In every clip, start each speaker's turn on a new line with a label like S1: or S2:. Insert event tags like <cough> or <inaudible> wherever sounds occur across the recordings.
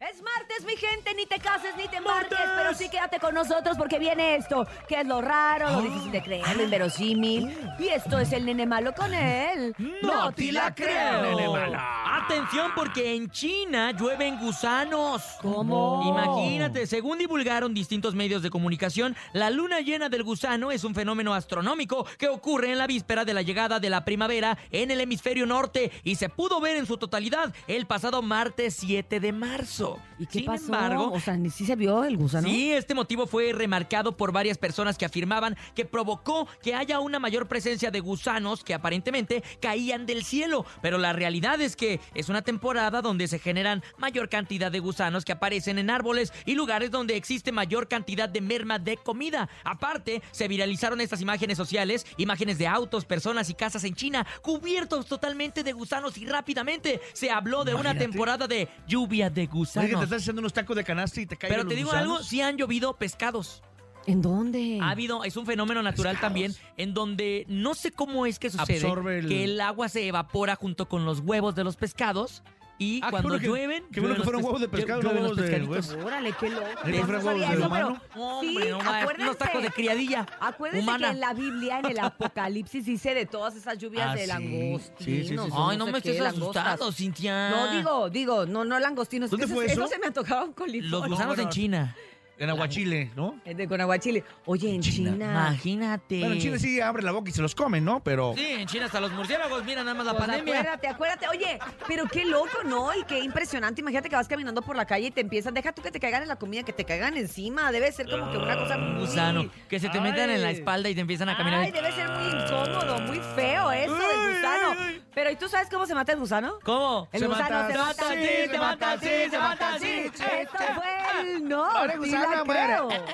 S1: Es martes, mi gente, ni te cases ni te embarques, pero sí quédate con nosotros porque viene esto, que es lo raro,
S2: Ah.
S1: lo difícil de creer, lo inverosímil. Y esto es el nene malo con él.
S2: No te la creo.
S3: Nene mala.
S2: Atención porque en China llueven gusanos.
S1: ¿Cómo?
S2: Imagínate, según divulgaron distintos medios de comunicación, la luna llena del gusano es un fenómeno astronómico que ocurre en la víspera de la llegada de la primavera en el hemisferio norte y se pudo ver en su totalidad el pasado martes 7 de marzo.
S1: ¿Y qué
S2: Sin
S1: pasó?
S2: embargo,
S1: o sea, ni sí se vio el gusano.
S2: Sí, este motivo fue remarcado por varias personas que afirmaban que provocó que haya una mayor presencia de gusanos que aparentemente caían del cielo, pero la realidad es que es una temporada donde se generan mayor cantidad de gusanos que aparecen en árboles y lugares donde existe mayor cantidad de merma de comida. Aparte, se viralizaron estas imágenes sociales, imágenes de autos, personas y casas en China cubiertos totalmente de gusanos y rápidamente se habló de una
S3: Imagínate.
S2: temporada de lluvia de
S3: Oye, que te
S2: gusanos.
S3: estás haciendo unos tacos de canasta y te caen
S2: Pero
S3: los
S2: te digo
S3: gusanos.
S2: algo, sí han llovido pescados.
S1: ¿En dónde?
S2: Ha habido, es un fenómeno natural
S3: Pescados.
S2: también, en donde no sé cómo es que sucede
S3: Absorbe el-
S2: que el agua se evapora junto con los huevos de los pescados y
S3: Ah, qué
S2: cuando
S3: bueno que-
S2: llueven.
S3: qué
S2: llueven
S3: bueno que fueron
S2: los
S3: huevos de
S2: pes-
S3: pescado, no
S2: llueven los
S3: huevos de
S2: pescaditos.
S3: huevo.
S1: Órale, qué loco.
S3: Ahí
S1: Yo
S3: fueron
S1: no sabía
S3: huevos de
S1: eso, pero...
S3: humano.
S2: Hombre, no
S1: sí,
S2: más,
S1: acuérdense.
S2: unos tacos de criadilla.
S1: Acuérdense
S2: humana.
S1: que en la Biblia,
S2: <laughs>
S1: en el Apocalipsis, dice de todas esas lluvias
S2: Ah,
S1: de
S2: sí.
S1: langostinos.
S3: Sí, sí, sí, sí.
S2: Ay, no
S1: sé
S2: me
S1: qué,
S2: estés
S1: langostas.
S2: asustado, Cintia.
S1: No, digo, digo, no, no langostinos.
S3: ¿Dónde
S1: Esos-
S3: fue eso?
S1: Esos se me antojaban con limón.
S2: Los
S3: No,
S2: gusanos
S3: bueno.
S2: en China.
S3: En Aguachile, ¿no?
S1: Es Eh, de Conahuachile. Oye, en China.
S2: Imagínate.
S3: Bueno, en Chile sí abre la boca y se los comen, ¿no? Pero
S2: Sí, en China hasta los murciélagos, mira nada más la
S1: Pues
S2: pandemia.
S1: acuérdate, acuérdate. Oye, pero qué loco, ¿no? Y qué impresionante. Imagínate que vas caminando por la calle y te empiezan, deja tú que te caigan en la comida, que te caigan encima. Debe ser como que una cosa
S2: Un
S1: muy...
S2: Gusano, que se te metan en la
S3: Ay.
S2: espalda y te empiezan a caminar.
S1: Ay, debe ser muy incómodo, muy feo eso del gusano. Pero ¿y tú sabes cómo se mata el gusano?
S2: ¿Cómo?
S1: El
S3: Se
S1: gusano
S3: mata
S1: se mata
S3: así,
S1: así,
S3: se mata así, se mata así.
S1: Esto fue el no,
S3: Ahora
S1: sí
S3: gusano,
S1: la
S3: muere.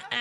S1: creo.